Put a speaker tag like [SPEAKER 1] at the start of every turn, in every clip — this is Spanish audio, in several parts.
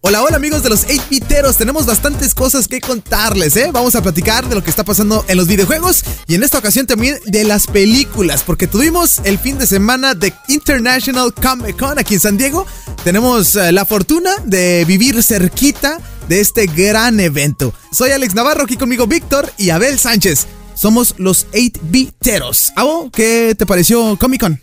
[SPEAKER 1] Hola, hola amigos de los 8-biteros. Tenemos bastantes cosas que contarles, ¿eh? Vamos a platicar de lo que está pasando en los videojuegos y en esta ocasión también de las películas, porque tuvimos el fin de semana de International Comic Con aquí en San Diego. Tenemos eh, la fortuna de vivir cerquita de este gran evento. Soy Alex Navarro, aquí conmigo Víctor y Abel Sánchez. Somos los 8-biteros. Abo, ¿qué te pareció Comic Con?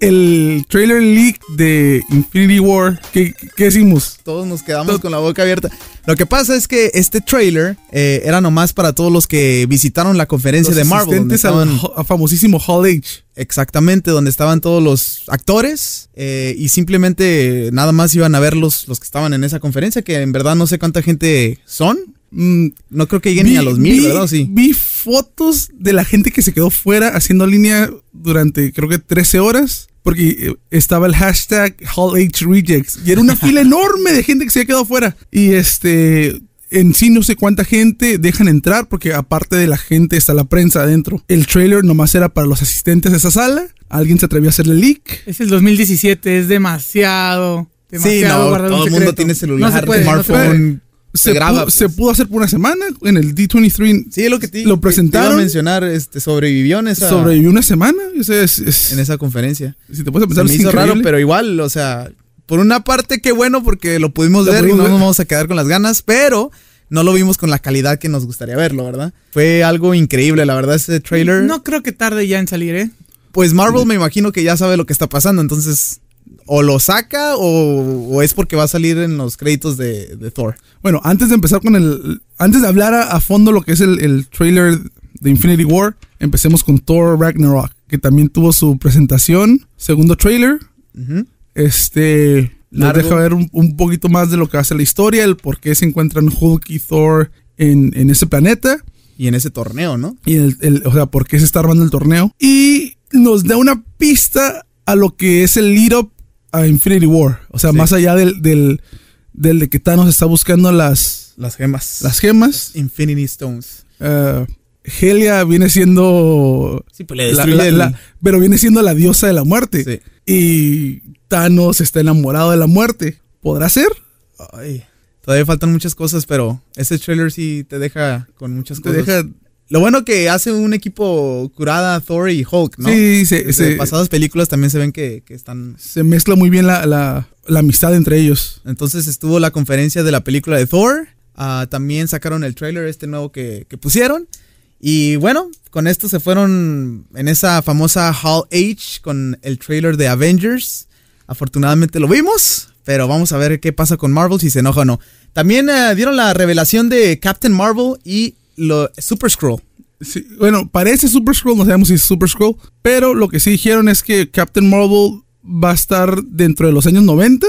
[SPEAKER 2] El trailer leak de Infinity War, ¿qué, qué hicimos?
[SPEAKER 1] Todos nos quedamos con la boca abierta. Lo que pasa es que este trailer eh, era nomás para todos los que visitaron la conferencia
[SPEAKER 2] Los
[SPEAKER 1] de Marvel. donde
[SPEAKER 2] asistentes al
[SPEAKER 1] estaban-
[SPEAKER 2] ho- al famosísimo Hall H.
[SPEAKER 1] exactamente, donde estaban todos los actores eh, y simplemente nada más iban a ver los, los que estaban en esa conferencia, que en verdad no sé cuánta gente son.
[SPEAKER 2] Mm,
[SPEAKER 1] No creo que lleguen ni a los mil,
[SPEAKER 2] vi-
[SPEAKER 1] ¿verdad? ¿O Sí.
[SPEAKER 2] vi fotos de la gente que se quedó fuera haciendo línea durante creo que 13 horas. Porque eh, estaba el hashtag Hall H Rejects. Y era una fila enorme de gente que se había quedado fuera. Y este. En sí no sé cuánta gente dejan entrar porque aparte de la gente está la prensa adentro. El trailer nomás era para los asistentes de esa sala. Alguien se atrevió a hacerle leak.
[SPEAKER 3] Es el 2017, es demasiado.
[SPEAKER 1] Sí,
[SPEAKER 3] demasiado
[SPEAKER 1] no,
[SPEAKER 3] guardar un
[SPEAKER 1] todo el mundo
[SPEAKER 3] secreto.
[SPEAKER 1] tiene celular,
[SPEAKER 3] No se puede, no se puede.
[SPEAKER 1] smartphone. Se
[SPEAKER 2] Se,
[SPEAKER 1] graba,
[SPEAKER 2] pudo,
[SPEAKER 1] pues.
[SPEAKER 2] se pudo hacer por una semana en el D23.
[SPEAKER 1] Sí, es lo que te, te-
[SPEAKER 2] Lo
[SPEAKER 1] te iba
[SPEAKER 2] presentaron.
[SPEAKER 1] a mencionar, este, sobrevivió en esa,
[SPEAKER 2] Sobrevivió una semana. O sea, es- es-
[SPEAKER 1] en esa conferencia.
[SPEAKER 2] si te puedes
[SPEAKER 1] Pues Se
[SPEAKER 2] pensar,
[SPEAKER 1] me
[SPEAKER 2] es
[SPEAKER 1] hizo raro,
[SPEAKER 2] increíble.
[SPEAKER 1] pero igual, o sea, por una parte qué bueno porque lo pudimos
[SPEAKER 2] Lo
[SPEAKER 1] ver y
[SPEAKER 2] pudimos
[SPEAKER 1] no nos
[SPEAKER 2] ver.
[SPEAKER 1] vamos a quedar con las ganas, pero no lo vimos con la calidad que nos gustaría verlo, ¿verdad? Fue algo increíble, la verdad, ese trailer.
[SPEAKER 3] No creo que tarde ya en salir, ¿eh?
[SPEAKER 1] Pues Marvel me imagino que ya sabe lo que está pasando, entonces o lo saca o, o es porque va a salir en los créditos de, de Thor.
[SPEAKER 2] Bueno, antes de empezar con el. Antes de hablar a, a fondo lo que es el, el trailer de Infinity War, empecemos con Thor Ragnarok, que también tuvo su presentación. Segundo trailer.
[SPEAKER 1] Ujú.
[SPEAKER 2] Este. Nos
[SPEAKER 1] Largo.
[SPEAKER 2] deja ver un, un poquito más de lo que hace la historia, el por qué se encuentran Hulk y Thor en, en ese planeta.
[SPEAKER 1] Y en ese torneo, ¿no?
[SPEAKER 2] Y el, el- o sea, por qué se está armando el torneo. Y nos da una pista a lo que es el lead up a Infinity War. O sea,
[SPEAKER 1] Sí.
[SPEAKER 2] más allá del, del, del de que Thanos está buscando las,
[SPEAKER 1] Las gemas.
[SPEAKER 2] las gemas.
[SPEAKER 1] Infinity Stones.
[SPEAKER 2] eh, Helia viene siendo.
[SPEAKER 1] Sí, pues le
[SPEAKER 2] la- la- la- pero viene siendo la diosa de la muerte.
[SPEAKER 1] Sí.
[SPEAKER 2] Y Thanos está enamorado de la muerte. ¿Podrá ser?
[SPEAKER 1] Ay, todavía faltan muchas cosas, pero ese trailer sí te deja con muchas
[SPEAKER 2] Te
[SPEAKER 1] cosas.
[SPEAKER 2] deja-
[SPEAKER 1] Lo bueno que hace un equipo curada Thor y Hulk, ¿no?
[SPEAKER 2] Sí, se,
[SPEAKER 1] Desde
[SPEAKER 2] se-
[SPEAKER 1] pasadas películas también se ven que, que están...
[SPEAKER 2] se mezcla muy bien la, la- la amistad entre ellos.
[SPEAKER 1] Entonces estuvo la conferencia de la película de Thor. ah, también sacaron el trailer este nuevo que, que pusieron. Y bueno, con esto se fueron en esa famosa Hall H con el trailer de Avengers. Afortunadamente lo vimos, pero vamos a ver qué pasa con Marvel, si se enoja o no. También eh, dieron la revelación de Captain Marvel y lo, Super Scroll.
[SPEAKER 2] Sí, bueno, parece Super Scroll, no sabemos si es Super Scroll, pero lo que sí dijeron es que Captain Marvel va a estar dentro de los años 90,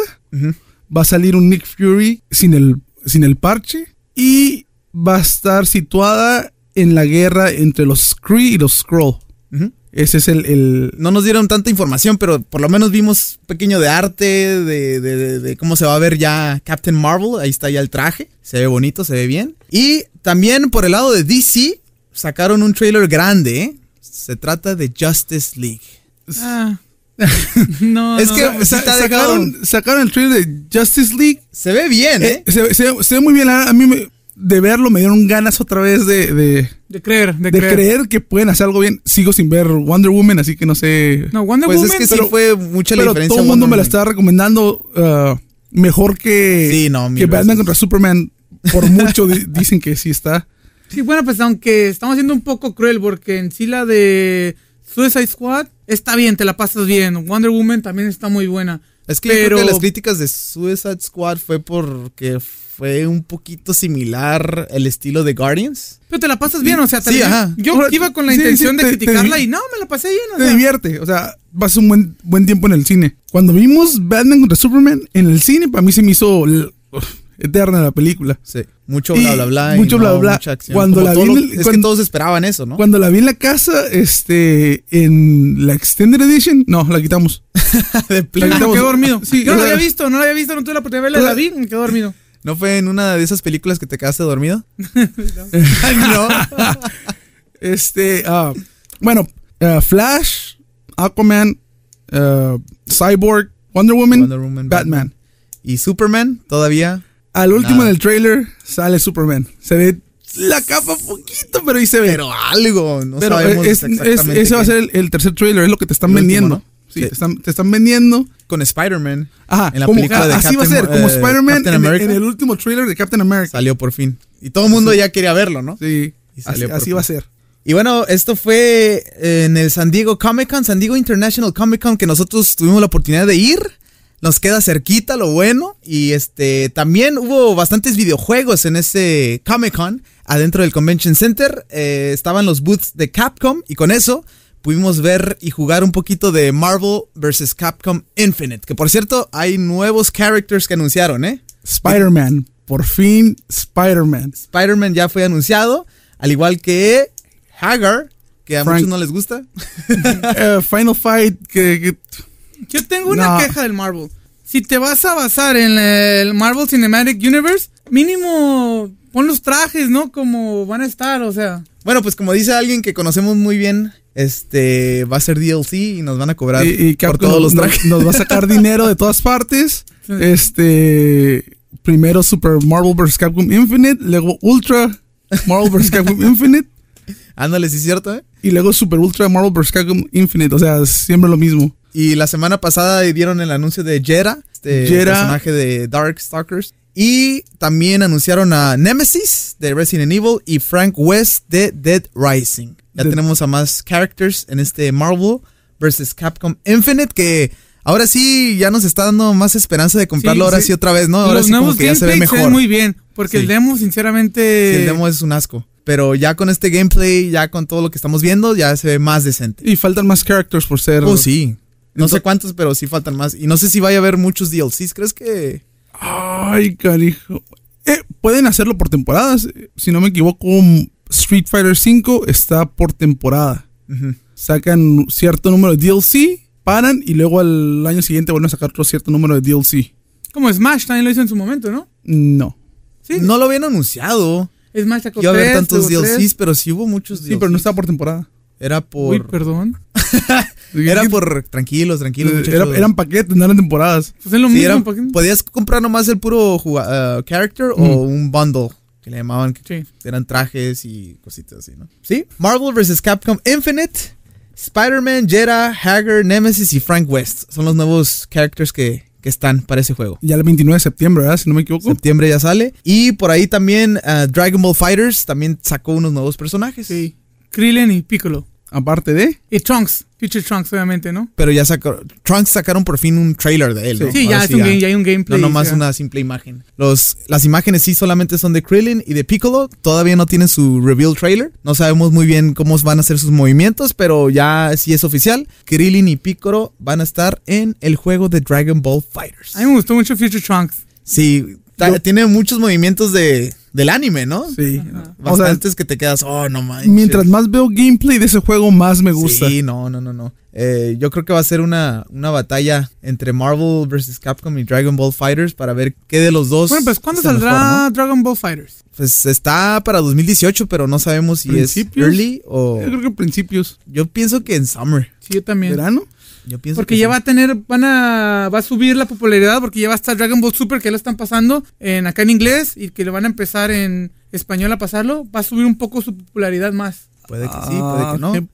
[SPEAKER 2] va a salir un Nick Fury sin el, sin el parche y va a estar situada en la guerra entre los Kree y los Skrull.
[SPEAKER 1] Ujú.
[SPEAKER 2] Ese es el... el-
[SPEAKER 1] No nos dieron tanta información, pero por lo menos vimos pequeño de arte, de, de- de- de cómo se va a ver ya Captain Marvel. Ahí está ya el traje. Se ve bonito, se ve bien. Y también por el lado de DC, sacaron un trailer grande. ¿eh? Se trata de Justice League.
[SPEAKER 3] Ah. no,
[SPEAKER 1] Es
[SPEAKER 3] no,
[SPEAKER 1] que-
[SPEAKER 3] no.
[SPEAKER 1] sí está
[SPEAKER 2] Ah, sacaron,
[SPEAKER 1] dejado.
[SPEAKER 2] sacaron el trailer de Justice League.
[SPEAKER 1] Se ve bien, ¿eh?
[SPEAKER 2] Eh, se, se- se ve muy bien, ah, a a mí me- de verlo me dieron ganas otra vez de- de
[SPEAKER 3] De creer, de,
[SPEAKER 2] de
[SPEAKER 3] creer.
[SPEAKER 2] creer. que pueden hacer algo bien. Sigo sin ver Wonder Woman, así que no sé.
[SPEAKER 3] No, Wonder
[SPEAKER 1] pues
[SPEAKER 3] Woman.
[SPEAKER 1] es que sí
[SPEAKER 3] pero-
[SPEAKER 1] fue mucha la
[SPEAKER 2] pero
[SPEAKER 1] diferencia.
[SPEAKER 2] todo el mundo
[SPEAKER 1] Wonder
[SPEAKER 2] me la
[SPEAKER 1] Woman.
[SPEAKER 2] estaba recomendando uh, mejor que,
[SPEAKER 1] Sí, no, mil
[SPEAKER 2] que Batman
[SPEAKER 1] veces.
[SPEAKER 2] contra Superman. Por mucho di- dicen que sí está.
[SPEAKER 3] Sí, bueno, pues aunque estamos siendo un poco cruel, porque en sí la de Suicide Squad está bien, te la pasas bien. Wonder Woman también está muy buena.
[SPEAKER 1] Es que yo
[SPEAKER 3] pero
[SPEAKER 1] creo que las críticas de Suicide Squad fue porque fue un poquito similar el estilo de Guardians.
[SPEAKER 3] Pero te la pasas bien, o sea, te
[SPEAKER 1] Sí,
[SPEAKER 3] la-
[SPEAKER 1] ajá.
[SPEAKER 3] yo
[SPEAKER 2] Ahora,
[SPEAKER 3] iba con la
[SPEAKER 2] sí,
[SPEAKER 3] intención
[SPEAKER 2] sí,
[SPEAKER 3] de
[SPEAKER 2] te- te
[SPEAKER 3] criticarla
[SPEAKER 2] divi-
[SPEAKER 3] y no, me la pasé bien. o
[SPEAKER 2] Te
[SPEAKER 3] sea.
[SPEAKER 2] divierte, o sea, pasas un buen, buen tiempo en el cine. Cuando vimos Batman contra Superman en el cine, para mí se me hizo l- uf, eterna la película.
[SPEAKER 1] Sí, mucho
[SPEAKER 2] Y
[SPEAKER 1] bla bla bla. y
[SPEAKER 2] mucho bla,
[SPEAKER 1] no
[SPEAKER 2] bla,
[SPEAKER 1] mucha acción.
[SPEAKER 2] cuando
[SPEAKER 1] Como
[SPEAKER 2] la
[SPEAKER 1] todo
[SPEAKER 2] vi
[SPEAKER 1] lo-
[SPEAKER 2] en el-
[SPEAKER 1] es que
[SPEAKER 2] cuando-
[SPEAKER 1] todos esperaban eso, ¿no?
[SPEAKER 2] Cuando la vi en la casa, este, en la Extended Edition, no, la quitamos.
[SPEAKER 1] De
[SPEAKER 3] Ah,
[SPEAKER 1] plano.
[SPEAKER 3] me quedé dormido.
[SPEAKER 2] Sí,
[SPEAKER 3] yo
[SPEAKER 2] o
[SPEAKER 3] no la
[SPEAKER 2] sea-
[SPEAKER 3] había visto, no la había visto, no tuve la oportunidad de verla,
[SPEAKER 2] o
[SPEAKER 3] la
[SPEAKER 2] sea-
[SPEAKER 3] vi, me quedé dormido.
[SPEAKER 1] ¿No fue en una de esas películas que te quedaste dormido? no.
[SPEAKER 2] Este, ah, bueno, ah, Flash, Aquaman, ah, eh, Cyborg, Wonder Woman,
[SPEAKER 1] Wonder Woman,
[SPEAKER 2] Batman.
[SPEAKER 1] y Superman todavía.
[SPEAKER 2] Al último
[SPEAKER 1] Nada.
[SPEAKER 2] del trailer sale Superman. Se ve la capa poquito, pero ahí se ve.
[SPEAKER 1] Pero algo, no
[SPEAKER 2] Pero
[SPEAKER 1] sabemos
[SPEAKER 2] es- es-
[SPEAKER 1] exactamente
[SPEAKER 2] ese va a
[SPEAKER 1] qué.
[SPEAKER 2] ser el, el tercer trailer, es lo que te están
[SPEAKER 1] El último,
[SPEAKER 2] vendiendo.
[SPEAKER 1] ¿no? Sí.
[SPEAKER 2] Sí, Te, están, te están vendiendo.
[SPEAKER 1] con Spider-Man.
[SPEAKER 2] Ajá,
[SPEAKER 1] En la
[SPEAKER 2] como-
[SPEAKER 1] película de
[SPEAKER 2] así va a
[SPEAKER 1] Captain-
[SPEAKER 2] ser, como
[SPEAKER 1] eh,
[SPEAKER 2] Spider-Man
[SPEAKER 1] Captain
[SPEAKER 2] en, el-
[SPEAKER 1] America.
[SPEAKER 2] en el último trailer de Captain America.
[SPEAKER 1] Salió por fin. Y todo el mundo ya quería verlo, ¿no?
[SPEAKER 2] Sí,
[SPEAKER 1] Y
[SPEAKER 2] así,
[SPEAKER 1] salió por
[SPEAKER 2] así
[SPEAKER 1] fin.
[SPEAKER 2] va a ser.
[SPEAKER 1] Y bueno, esto fue eh, en el San Diego Comic Con, San Diego International Comic Con, que nosotros tuvimos la oportunidad de ir. Nos queda cerquita, lo bueno. Y este también hubo bastantes videojuegos en ese Comic Con, adentro del Convention Center. Eh, estaban los booths de Capcom y con eso pudimos ver y jugar un poquito de Marvel vs. Capcom Infinite. Que por cierto, hay nuevos characters que anunciaron, ¿eh?
[SPEAKER 2] Spider-Man, por fin Spider-Man.
[SPEAKER 1] Spider-Man ya fue anunciado, al igual que Hagar, que a
[SPEAKER 2] Frank.
[SPEAKER 1] muchos no les gusta.
[SPEAKER 2] Eh, Final Fight, que, que-
[SPEAKER 3] Yo tengo una
[SPEAKER 2] No.
[SPEAKER 3] queja del Marvel. Si te vas a basar en el Marvel Cinematic Universe, mínimo pon los trajes, ¿no? Como van a estar, o sea.
[SPEAKER 1] Bueno, pues como dice alguien que conocemos muy bien, este va a ser DLC y nos van a cobrar
[SPEAKER 2] y- y
[SPEAKER 1] por
[SPEAKER 2] Capcom
[SPEAKER 1] todos los
[SPEAKER 2] nos-
[SPEAKER 1] trajes.
[SPEAKER 2] Nos, va a sacar dinero de todas partes.
[SPEAKER 3] Sí.
[SPEAKER 2] Este, primero Super Marvel vs. Capcom Infinite, luego Ultra Marvel vs. Capcom Infinite
[SPEAKER 1] Ándale, sí es cierto, ¿eh?
[SPEAKER 2] y luego Super Ultra Marvel vs. Capcom Infinite. O sea, siempre lo mismo.
[SPEAKER 1] Y la semana pasada dieron el anuncio de Jera, este
[SPEAKER 2] Jera.
[SPEAKER 1] personaje de Darkstalkers. Y también anunciaron a Nemesis de Resident Evil y Frank West de Dead Rising. Ya
[SPEAKER 2] De-
[SPEAKER 1] tenemos a más characters en este Marvel vs. Capcom Infinite que ahora sí ya nos está dando más esperanza de comprarlo
[SPEAKER 3] Sí,
[SPEAKER 1] ahora
[SPEAKER 3] sí.
[SPEAKER 1] sí. otra vez, ¿no? Ahora
[SPEAKER 3] los
[SPEAKER 1] sí como
[SPEAKER 3] nuevos
[SPEAKER 1] que ya se ve
[SPEAKER 3] gameplays se
[SPEAKER 1] mejor.
[SPEAKER 3] ven muy bien. Porque
[SPEAKER 1] Sí.
[SPEAKER 3] el demo, sinceramente.
[SPEAKER 1] Sí, el demo es un asco. Pero ya con este gameplay, ya con todo lo que estamos viendo, ya se ve más decente.
[SPEAKER 2] Y faltan más characters por ser.
[SPEAKER 1] Oh, sí. No sé
[SPEAKER 2] Ento-
[SPEAKER 1] cuántos, pero sí faltan más. Y no sé si vaya a haber muchos DLCs. ¿Crees que
[SPEAKER 2] Ay, carijo. Eh, pueden hacerlo por temporadas. Eh, Si no me equivoco, m- Street Fighter V está por temporada.
[SPEAKER 1] Ujú.
[SPEAKER 2] Sacan cierto número de DLC, paran y luego al año siguiente vuelven a sacar otro cierto número de DLC.
[SPEAKER 3] Como Smash también lo hizo en su momento, ¿no?
[SPEAKER 2] No.
[SPEAKER 3] Sí.
[SPEAKER 1] no lo habían anunciado?
[SPEAKER 3] Smash sacó
[SPEAKER 1] Iba a haber
[SPEAKER 3] tres,
[SPEAKER 1] tantos
[SPEAKER 3] luego tres.
[SPEAKER 1] DLCs, pero sí hubo muchos
[SPEAKER 2] Sí,
[SPEAKER 1] DLCs.
[SPEAKER 2] pero no está por temporada.
[SPEAKER 1] Era
[SPEAKER 3] Uy,
[SPEAKER 1] por.
[SPEAKER 3] perdón.
[SPEAKER 1] Era por. Tranquilos, tranquilos,
[SPEAKER 2] Eh,
[SPEAKER 1] muchachos.
[SPEAKER 2] era- eran paquetes, no eran temporadas.
[SPEAKER 3] Pues es lo
[SPEAKER 1] Sí,
[SPEAKER 3] mismo.
[SPEAKER 1] era-
[SPEAKER 3] ¿por qué?
[SPEAKER 1] podías comprar nomás el puro juga- ah, character
[SPEAKER 2] Mm.
[SPEAKER 1] o un bundle que le llamaban. que
[SPEAKER 3] Sí.
[SPEAKER 1] eran trajes y cositas así, ¿no? Sí. Marvel vs. Capcom Infinite, Spider-Man, Jera, Hager, Nemesis y Frank West. Son los nuevos characters que, que están para ese juego.
[SPEAKER 2] Ya el 29 de septiembre, ¿verdad? Si no me equivoco.
[SPEAKER 1] Septiembre ya sale. Y por ahí también ah, Dragon Ball Fighters también sacó unos nuevos personajes.
[SPEAKER 3] Sí. Krillin y Piccolo.
[SPEAKER 2] Aparte de.
[SPEAKER 3] Y Trunks. Future Trunks, obviamente, ¿no?
[SPEAKER 1] Pero ya sacó, Trunks sacaron por fin un trailer de él. ¿no?
[SPEAKER 3] Sí,
[SPEAKER 1] Ahora
[SPEAKER 3] ya, es un game, ya hay un
[SPEAKER 1] No
[SPEAKER 3] gameplay.
[SPEAKER 1] nomás
[SPEAKER 3] ya.
[SPEAKER 1] una simple imagen. Los, las imágenes sí solamente son de Krillin y de Piccolo. Todavía no tienen su reveal trailer. No sabemos muy bien cómo van a ser sus movimientos, pero ya sí es oficial. Krillin y Piccolo van a estar en el juego de Dragon Ball Fighters.
[SPEAKER 3] A mí me gustó mucho Future Trunks.
[SPEAKER 1] Sí, ta-
[SPEAKER 2] Yo-
[SPEAKER 1] tiene muchos movimientos de, del anime, ¿no?
[SPEAKER 2] Sí. O sea,
[SPEAKER 1] Bastantes que te quedas, oh, no manches.
[SPEAKER 2] mientras más veo gameplay de ese juego, más me gusta.
[SPEAKER 1] Sí, Oh. no, no, no, no. Eh, yo creo que va a ser una, una batalla entre Marvel vs. Capcom y Dragon Ball Fighters para ver qué de los dos.
[SPEAKER 3] Bueno, pues ¿cuándo
[SPEAKER 1] es el
[SPEAKER 3] saldrá
[SPEAKER 1] mejor, ¿no?
[SPEAKER 3] Dragon Ball Fighters?
[SPEAKER 1] Pues está para 2018, pero no sabemos si
[SPEAKER 2] ¿Principios?
[SPEAKER 1] es early o.
[SPEAKER 2] Yo creo que principios.
[SPEAKER 1] Yo pienso que en summer.
[SPEAKER 3] Sí, yo también.
[SPEAKER 2] ¿Verano?
[SPEAKER 1] Yo pienso
[SPEAKER 3] Porque
[SPEAKER 1] que
[SPEAKER 3] ya
[SPEAKER 1] sí.
[SPEAKER 3] va a tener, van a, va a subir la popularidad porque ya va a estar Dragon Ball Super que ya lo están pasando en acá en inglés y que lo van a empezar en español a pasarlo, va a subir un poco su popularidad más.
[SPEAKER 1] Puede que sí, puede que no.
[SPEAKER 2] Ah, que-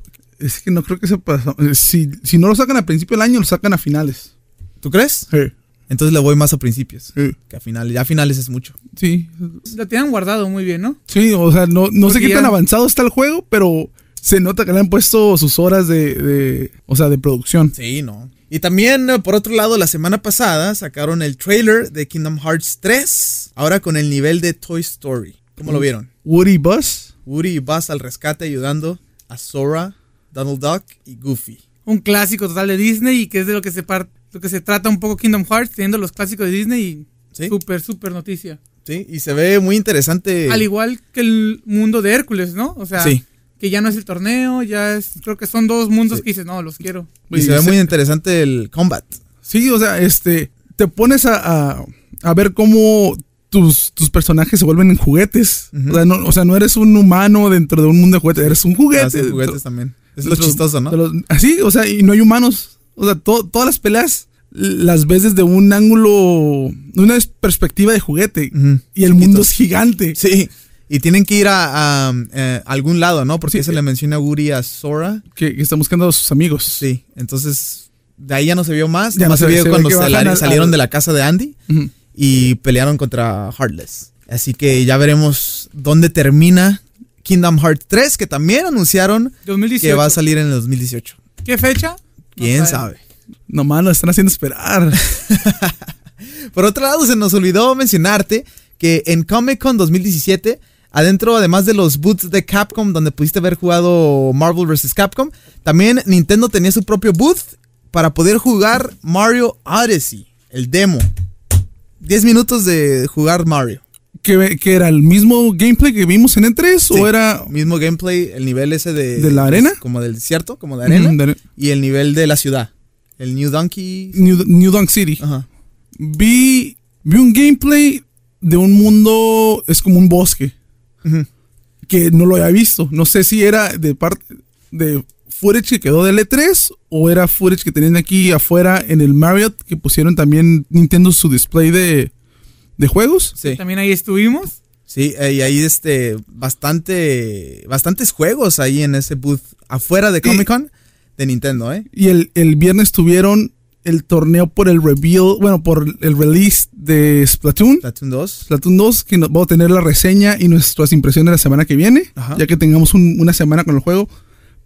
[SPEAKER 2] Es que no creo que se pasó. Si, si no lo sacan a principio del año, lo sacan a finales.
[SPEAKER 1] ¿Tú crees?
[SPEAKER 2] Sí.
[SPEAKER 1] Entonces le voy más a principios.
[SPEAKER 2] Sí.
[SPEAKER 1] Que a finales. Ya a finales es mucho.
[SPEAKER 2] Sí.
[SPEAKER 3] Lo tienen guardado muy bien, ¿no?
[SPEAKER 2] o sea, no, no sé
[SPEAKER 3] Porque
[SPEAKER 2] qué
[SPEAKER 3] ya-
[SPEAKER 2] tan avanzado está el juego, pero se nota que le han puesto sus horas de, de- o sea, de producción.
[SPEAKER 1] Sí, no. Y también, eh, por otro lado, la semana pasada sacaron el trailer de Kingdom Hearts 3. Ahora con el nivel de Toy Story. ¿Cómo lo vieron?
[SPEAKER 2] Woody Buzz.
[SPEAKER 1] Woody y Buzz al rescate ayudando a Sora, Donald Duck y Goofy.
[SPEAKER 3] Un clásico total de Disney y que es de lo que se par- lo que se trata un poco Kingdom Hearts, teniendo los clásicos de Disney
[SPEAKER 1] ¿Sí?
[SPEAKER 3] y súper, súper noticia.
[SPEAKER 1] Sí, y se ve muy interesante.
[SPEAKER 3] Al igual que el mundo de Hércules, ¿no? O sea,
[SPEAKER 1] Sí.
[SPEAKER 3] que ya no es el torneo, ya es, creo que son dos mundos
[SPEAKER 1] Sí.
[SPEAKER 3] que dices, no, los quiero.
[SPEAKER 1] Y se ve muy interesante el combat.
[SPEAKER 2] Sí, o sea, este, te pones a, a, a ver cómo tus, tus personajes se vuelven en juguetes.
[SPEAKER 1] Ujú.
[SPEAKER 2] o, sea, no, o sea, no eres un humano dentro de un mundo de juguetes, eres un juguete.
[SPEAKER 1] Hacen juguetes también. Es lo
[SPEAKER 2] Dentro-
[SPEAKER 1] chistoso, ¿no?
[SPEAKER 2] de los- así, o sea, y no hay humanos. O sea, to- todas las peleas las ves desde un ángulo, una perspectiva de juguete. Y el mundo es gigante.
[SPEAKER 1] Sí. Y tienen que ir a, a, eh, algún lado, ¿no? Porque se le menciona a Woody a Sora.
[SPEAKER 2] Que, que está buscando a sus amigos.
[SPEAKER 1] Sí. Entonces, de ahí ya no se vio más.
[SPEAKER 2] Ya
[SPEAKER 1] Ya
[SPEAKER 2] no
[SPEAKER 1] se,
[SPEAKER 2] se ve-
[SPEAKER 1] vio
[SPEAKER 2] se ve
[SPEAKER 1] cuando
[SPEAKER 2] que
[SPEAKER 1] se
[SPEAKER 2] bajan
[SPEAKER 1] la-
[SPEAKER 2] al-
[SPEAKER 1] salieron
[SPEAKER 2] al-
[SPEAKER 1] de la casa de Andy
[SPEAKER 2] Ujú.
[SPEAKER 1] y pelearon contra Heartless. Así que ya veremos dónde termina Kingdom Hearts 3, que también anunciaron
[SPEAKER 3] 2018.
[SPEAKER 1] que va a salir en el 2018.
[SPEAKER 3] ¿Qué fecha? No
[SPEAKER 1] ¿Quién sabe?
[SPEAKER 2] Nomás lo están haciendo esperar.
[SPEAKER 1] Por otro lado, se nos olvidó mencionarte que en Comic Con 2017, adentro, además de los booths de Capcom, donde pudiste haber jugado Marvel vs. Capcom, también Nintendo tenía su propio booth para poder jugar Mario Odyssey, el demo. 10 minutos de jugar Mario.
[SPEAKER 2] ¿Que, que era el mismo gameplay que vimos en E3
[SPEAKER 1] Sí.
[SPEAKER 2] o era
[SPEAKER 1] Mismo gameplay, el nivel ese de... pues,
[SPEAKER 2] ¿De la arena?
[SPEAKER 1] Como del desierto, como de arena.
[SPEAKER 2] Ujú, de are-
[SPEAKER 1] Y el nivel de la ciudad. El New Donkey...
[SPEAKER 2] New, New Donk City?
[SPEAKER 1] Ajá.
[SPEAKER 2] Vi, vi un gameplay de un mundo, es como un bosque,
[SPEAKER 1] Ujú.
[SPEAKER 2] que no lo había visto. No sé si era de parte de footage que quedó del E3 o era footage que tenían aquí afuera en el Marriott que pusieron también Nintendo su display de, de juegos.
[SPEAKER 1] Sí.
[SPEAKER 3] También ahí estuvimos.
[SPEAKER 1] Sí, eh, y hay este bastante bastantes juegos ahí en ese booth afuera de Comic Con de Nintendo, ¿eh?
[SPEAKER 2] Y el, el viernes tuvieron el torneo por el reveal, bueno, por el release de Splatoon.
[SPEAKER 1] Platoon 2.
[SPEAKER 2] Splatoon 2, que nos, vamos a tener la reseña y nuestras impresiones la semana que viene,
[SPEAKER 1] Ajá.
[SPEAKER 2] ya que tengamos un- una semana con el juego,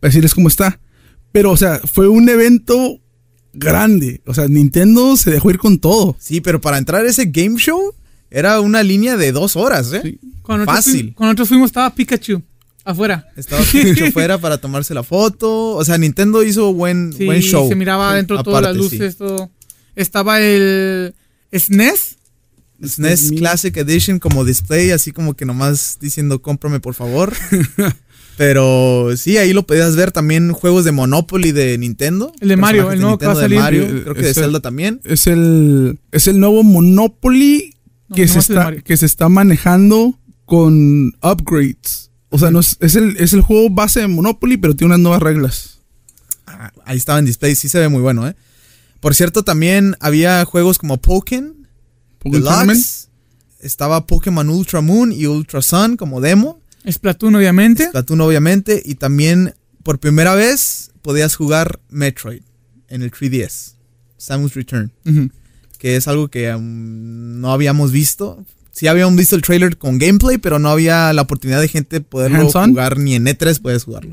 [SPEAKER 2] para decirles cómo está. Pero, o sea, fue un evento grande. O sea, Nintendo se dejó ir con todo.
[SPEAKER 1] Sí, pero para entrar a ese game show era una línea de dos horas, ¿eh?
[SPEAKER 2] Sí.
[SPEAKER 3] Cuando nosotros
[SPEAKER 1] Fácil.
[SPEAKER 3] fuimos- cuando nosotros fuimos estaba Pikachu afuera.
[SPEAKER 1] Estaba mucho fuera para tomarse la foto. O sea, Nintendo hizo buen,
[SPEAKER 3] Sí,
[SPEAKER 1] buen show.
[SPEAKER 3] se miraba adentro todas las
[SPEAKER 1] Aparte, sí.
[SPEAKER 3] luces, todo. Estaba el E SNES.
[SPEAKER 1] SNES Classic Edition como display, así como que nomás diciendo cómprame por favor. Pero sí, ahí lo podías ver también juegos de Monopoly de Nintendo.
[SPEAKER 3] El de Mario,
[SPEAKER 1] personajes
[SPEAKER 3] el nuevo que va a
[SPEAKER 1] Nintendo, de
[SPEAKER 2] salir.
[SPEAKER 1] Mario, creo que de
[SPEAKER 2] Ese-
[SPEAKER 1] Zelda también.
[SPEAKER 2] Es el, es el nuevo Monopoly
[SPEAKER 3] No,
[SPEAKER 2] que, se
[SPEAKER 3] nomás el
[SPEAKER 2] está,
[SPEAKER 3] Mario.
[SPEAKER 2] que se está manejando con upgrades. O sea, no es, es el, es el juego base de Monopoly, pero tiene unas nuevas reglas.
[SPEAKER 1] Ah, ahí estaba en display, sí se ve muy bueno, ¿eh? Por cierto, también había juegos como Pokken,
[SPEAKER 2] Pokémon Tournament.
[SPEAKER 1] Deluxe, estaba Pokémon Ultra Moon y Ultra Sun como demo,
[SPEAKER 3] Splatoon, obviamente.
[SPEAKER 1] Splatoon obviamente, y también por primera vez podías jugar Metroid en el 3DS, Samus Return,
[SPEAKER 2] Ujú.
[SPEAKER 1] que es algo que um, no habíamos visto. Sí habíamos visto el trailer con gameplay, pero no había la oportunidad de gente poderlo
[SPEAKER 2] Hands-on.
[SPEAKER 1] jugar, ni en E3 puedes jugarlo.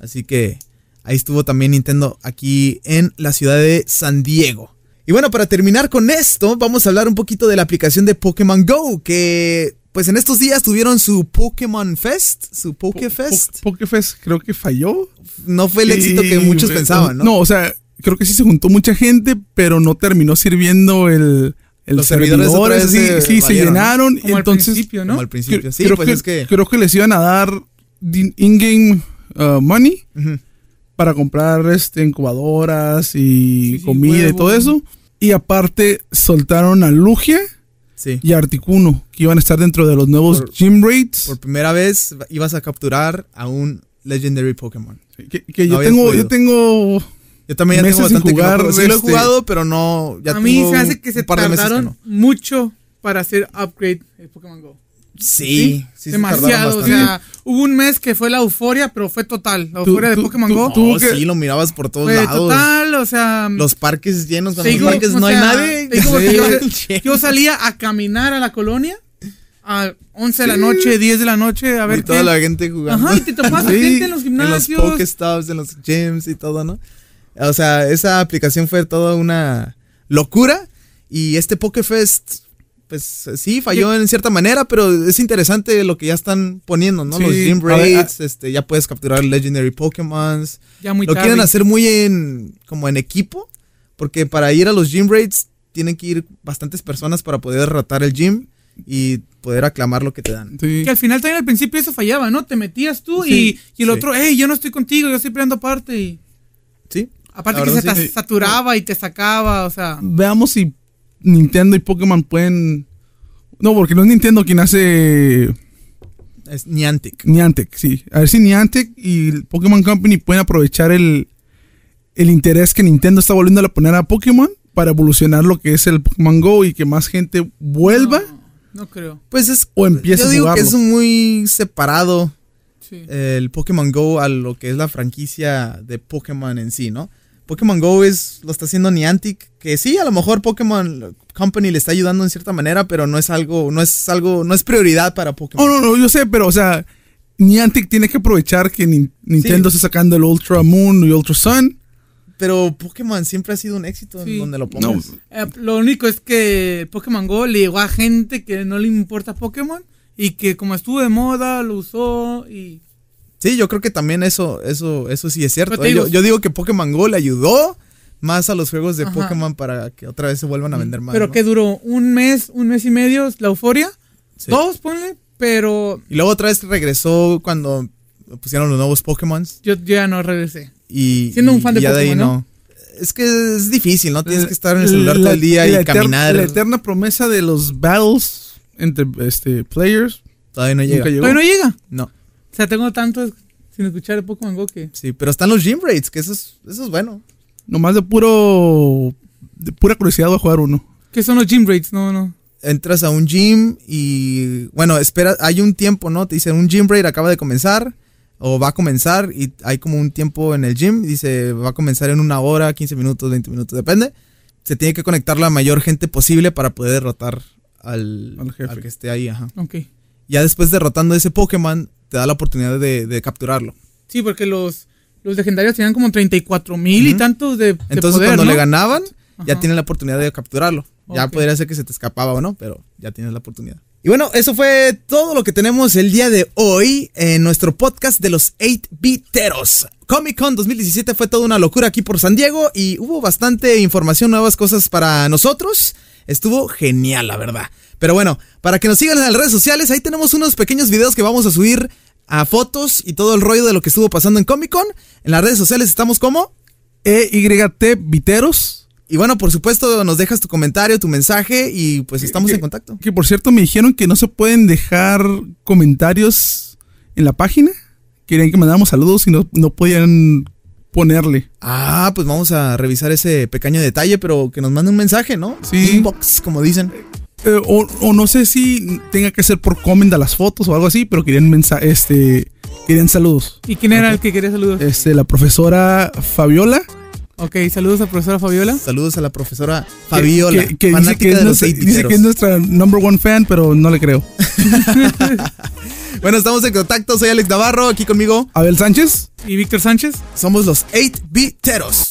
[SPEAKER 1] Así que ahí estuvo también Nintendo aquí en la ciudad de San Diego. Y bueno, para terminar con esto, vamos a hablar un poquito de la aplicación de Pokémon Go, que pues en estos días tuvieron su Pokémon Fest, su Pokéfest.
[SPEAKER 2] Po- Pokefest creo que falló.
[SPEAKER 1] No fue el éxito que
[SPEAKER 2] Sí,
[SPEAKER 1] muchos
[SPEAKER 2] eh,
[SPEAKER 1] pensaban, ¿no?
[SPEAKER 2] No, o sea, creo que sí se juntó mucha gente, pero no terminó sirviendo el, el
[SPEAKER 1] Los servidores otra vez se
[SPEAKER 2] servidor, sí, sí, se
[SPEAKER 1] valieron, ¿no?
[SPEAKER 2] llenaron.
[SPEAKER 3] Como
[SPEAKER 2] entonces,
[SPEAKER 3] al principio, ¿no?
[SPEAKER 1] Como al principio.
[SPEAKER 2] cre-
[SPEAKER 1] Sí,
[SPEAKER 2] creo,
[SPEAKER 1] pues
[SPEAKER 2] que,
[SPEAKER 1] es que...
[SPEAKER 2] creo que les iban a dar din- in-game uh, money
[SPEAKER 1] Ujú.
[SPEAKER 2] para comprar este, incubadoras y
[SPEAKER 3] Sí, sí,
[SPEAKER 2] comida y
[SPEAKER 3] huevo.
[SPEAKER 2] todo eso. Y aparte soltaron a Lugia
[SPEAKER 1] Sí.
[SPEAKER 2] y a Articuno, que iban a estar dentro de los nuevos
[SPEAKER 1] Por-
[SPEAKER 2] gym raids.
[SPEAKER 1] Por primera vez ibas a capturar a un Legendary Pokémon.
[SPEAKER 2] que que
[SPEAKER 1] no
[SPEAKER 2] yo,
[SPEAKER 1] habías
[SPEAKER 2] tengo,
[SPEAKER 1] podido.
[SPEAKER 2] yo tengo
[SPEAKER 1] Yo también ya tengo
[SPEAKER 2] Meses sin
[SPEAKER 1] bastante que no
[SPEAKER 2] jugar,
[SPEAKER 1] juego. Sí lo he
[SPEAKER 2] este-
[SPEAKER 1] jugado, pero no... Ya
[SPEAKER 3] a mí
[SPEAKER 1] tengo
[SPEAKER 3] se hace que
[SPEAKER 1] un
[SPEAKER 3] se
[SPEAKER 1] par de meses que
[SPEAKER 3] tardaron
[SPEAKER 1] no.
[SPEAKER 3] mucho para hacer upgrade de Pokémon Go.
[SPEAKER 1] Sí, sí, se tardaron
[SPEAKER 3] Demasiado. O
[SPEAKER 1] bastante.
[SPEAKER 3] sea, hubo un mes que fue la euforia, pero fue total. La
[SPEAKER 2] Tú-
[SPEAKER 3] euforia de
[SPEAKER 2] tú-
[SPEAKER 3] Pokémon
[SPEAKER 2] tú-
[SPEAKER 3] Go
[SPEAKER 2] tú-
[SPEAKER 1] No,
[SPEAKER 2] que-
[SPEAKER 1] sí, lo mirabas por todos
[SPEAKER 3] fue
[SPEAKER 1] lados.
[SPEAKER 3] total. O sea,
[SPEAKER 1] Los parques llenos, cuando
[SPEAKER 3] te
[SPEAKER 1] en
[SPEAKER 3] digo,
[SPEAKER 1] los parques
[SPEAKER 3] o
[SPEAKER 1] no hay
[SPEAKER 3] sea,
[SPEAKER 1] nadie.
[SPEAKER 3] te digo, porque
[SPEAKER 1] Sí.
[SPEAKER 3] yo, yo salía a caminar a la colonia a 11 de la noche, 10 de la noche, a ver
[SPEAKER 1] y toda
[SPEAKER 3] qué-
[SPEAKER 1] la gente jugando.
[SPEAKER 3] Ajá, y te topas a
[SPEAKER 1] Sí,
[SPEAKER 3] gente en los
[SPEAKER 1] En
[SPEAKER 3] gimnasios.
[SPEAKER 1] los Pokestops, en los gyms y todo, ¿no? O sea, esa aplicación fue toda una locura. Y este Pokefest, pues sí, falló en cierta manera, pero es interesante lo que ya están poniendo, ¿no?
[SPEAKER 2] Sí,
[SPEAKER 1] los gym
[SPEAKER 2] a ver,
[SPEAKER 1] raids, este, ya puedes capturar Legendary Pokémons.
[SPEAKER 3] Ya muy
[SPEAKER 1] lo
[SPEAKER 3] tarde.
[SPEAKER 1] quieren hacer muy en, como en equipo, porque para ir a los gym raids tienen que ir bastantes personas para poder ratar el gym y poder aclamar lo que te dan.
[SPEAKER 2] Sí.
[SPEAKER 3] Que al final también al principio eso fallaba, ¿no? Te metías tú
[SPEAKER 1] Sí,
[SPEAKER 3] y, y el
[SPEAKER 1] sí.
[SPEAKER 3] otro, hey, yo no estoy contigo, yo estoy peleando aparte. Y
[SPEAKER 1] Sí.
[SPEAKER 3] aparte
[SPEAKER 1] La
[SPEAKER 3] que se
[SPEAKER 1] verdad,
[SPEAKER 3] te
[SPEAKER 1] sí.
[SPEAKER 3] saturaba y te sacaba, o sea.
[SPEAKER 2] veamos si Nintendo y Pokémon pueden. No, porque no es Nintendo quien hace
[SPEAKER 1] Es Niantic.
[SPEAKER 2] Niantic, sí. A ver si Niantic y el Pokémon Company pueden aprovechar el, el interés que Nintendo está volviendo a poner a Pokémon para evolucionar lo que es el Pokémon Go y que más gente vuelva
[SPEAKER 3] No creo.
[SPEAKER 1] Pues es.
[SPEAKER 2] o empiece
[SPEAKER 1] Yo
[SPEAKER 2] a
[SPEAKER 1] digo que
[SPEAKER 2] jugarlo.
[SPEAKER 1] es muy separado
[SPEAKER 3] Sí.
[SPEAKER 1] el Pokémon Go a lo que es la franquicia de Pokémon en sí, ¿no? Pokémon Go es lo está haciendo Niantic, que sí, a lo mejor Pokémon Company le está ayudando en cierta manera, pero no es algo, no es algo, no es prioridad para Pokémon.
[SPEAKER 2] Oh, no, no, yo sé, pero o sea, Niantic tiene que aprovechar que Nin- Nintendo está sacando el Ultra Moon y Ultra Sun.
[SPEAKER 1] Pero Pokémon siempre ha sido un éxito en
[SPEAKER 3] Sí.
[SPEAKER 1] donde lo
[SPEAKER 2] No,
[SPEAKER 1] pongas.
[SPEAKER 3] Eh, lo único es que Pokémon Go le llegó a gente que no le importa Pokémon y que como estuvo de moda, lo usó y...
[SPEAKER 1] Sí, yo creo que también eso, eso, eso sí es cierto.
[SPEAKER 3] Pero te
[SPEAKER 1] ¿eh?
[SPEAKER 3] digo-
[SPEAKER 1] yo, yo digo que Pokémon Go le ayudó más a los juegos de
[SPEAKER 3] Ajá.
[SPEAKER 1] Pokémon para que otra vez se vuelvan a vender más.
[SPEAKER 3] pero
[SPEAKER 1] ¿no?
[SPEAKER 3] que duró un mes, un mes y medio, la euforia.
[SPEAKER 1] Sí.
[SPEAKER 3] Dos, ponle, pero
[SPEAKER 1] Y luego otra vez regresó cuando pusieron los nuevos Pokémon.
[SPEAKER 3] yo, yo ya no regresé.
[SPEAKER 1] Y,
[SPEAKER 3] Siendo un
[SPEAKER 1] y
[SPEAKER 3] fan de
[SPEAKER 1] ya ahí
[SPEAKER 3] Pokémon, ¿no?
[SPEAKER 1] Es que es difícil, ¿no? Tienes que estar en el
[SPEAKER 2] Eh, La-
[SPEAKER 1] celular todo el día y,
[SPEAKER 2] la eter-
[SPEAKER 1] caminar.
[SPEAKER 2] La eterna promesa de los battles entre este, players.
[SPEAKER 1] Todavía no llega.
[SPEAKER 2] Nunca llegó.
[SPEAKER 3] Pero no llega.
[SPEAKER 1] No.
[SPEAKER 3] O sea, tengo tanto sin escuchar de Pokémon Go que...
[SPEAKER 1] Sí, pero están los gym raids, que eso es, eso es bueno.
[SPEAKER 2] Nomás de puro. De pura curiosidad voy a jugar uno.
[SPEAKER 3] ¿Qué son los gym raids? No, no.
[SPEAKER 1] Entras a un gym y bueno, espera, hay un tiempo, ¿no? Te dicen un gym raid acaba de comenzar o va a comenzar y hay como un tiempo en el gym, dice va a comenzar en una hora, 15 minutos, 20 minutos, depende. Se tiene que conectar la mayor gente posible para poder derrotar al,
[SPEAKER 2] Al jefe.
[SPEAKER 1] al que esté ahí, ajá.
[SPEAKER 3] Ok.
[SPEAKER 1] Ya después derrotando ese Pokémon, te da la oportunidad de- de capturarlo.
[SPEAKER 3] Sí, porque los, los legendarios tenían como 34 mil y
[SPEAKER 1] Ujú.
[SPEAKER 3] tantos de, de
[SPEAKER 1] Entonces,
[SPEAKER 3] poder,
[SPEAKER 1] cuando
[SPEAKER 3] ¿no?
[SPEAKER 1] le ganaban, ya
[SPEAKER 3] Ajá.
[SPEAKER 1] tienen la oportunidad de capturarlo. Ya
[SPEAKER 3] Ok.
[SPEAKER 1] podría ser que se te escapaba o no, pero ya tienes la oportunidad. Y bueno, eso fue todo lo que tenemos el día de hoy en nuestro podcast de los 8-biteros. Comic Con 2017 fue toda una locura aquí por San Diego y hubo bastante información, nuevas cosas para nosotros. Estuvo genial, la verdad. Pero bueno, para que nos sigan en las redes sociales, ahí tenemos unos pequeños videos que vamos a subir a fotos y todo el rollo de lo que estuvo pasando en Comic Con. En las redes sociales estamos como
[SPEAKER 2] EYT E, Viteros.
[SPEAKER 1] y bueno, por supuesto, nos dejas tu comentario, tu mensaje y pues estamos
[SPEAKER 2] que-
[SPEAKER 1] en contacto.
[SPEAKER 2] Que por cierto me dijeron que no se pueden dejar comentarios en la página. Querían que mandáramos saludos y no, no podían ponerle.
[SPEAKER 1] Ah, pues vamos a revisar ese pequeño detalle, pero que nos mande un mensaje, ¿no?
[SPEAKER 2] Sí.
[SPEAKER 1] Inbox, como dicen.
[SPEAKER 2] Eh, o, o no sé si tenga que ser por comment a las fotos o algo así, pero querían mensa este querían saludos.
[SPEAKER 3] ¿Y quién era el que quería saludos?
[SPEAKER 1] Eh.
[SPEAKER 2] Este, la profesora Fabiola.
[SPEAKER 3] Ok, saludos a profesora Fabiola.
[SPEAKER 1] Saludos a la profesora
[SPEAKER 2] que-
[SPEAKER 1] Fabiola,
[SPEAKER 2] que- que dice,
[SPEAKER 1] fanática
[SPEAKER 2] que es
[SPEAKER 1] de los
[SPEAKER 2] nuestra, dice
[SPEAKER 1] Eighties.
[SPEAKER 2] que es nuestra number one fan, pero no le creo.
[SPEAKER 1] Bueno, estamos en contacto. Soy Alex Navarro, aquí conmigo.
[SPEAKER 2] Abel Sánchez.
[SPEAKER 3] ¿Y Víctor Sánchez?
[SPEAKER 1] Somos los 8-biteros.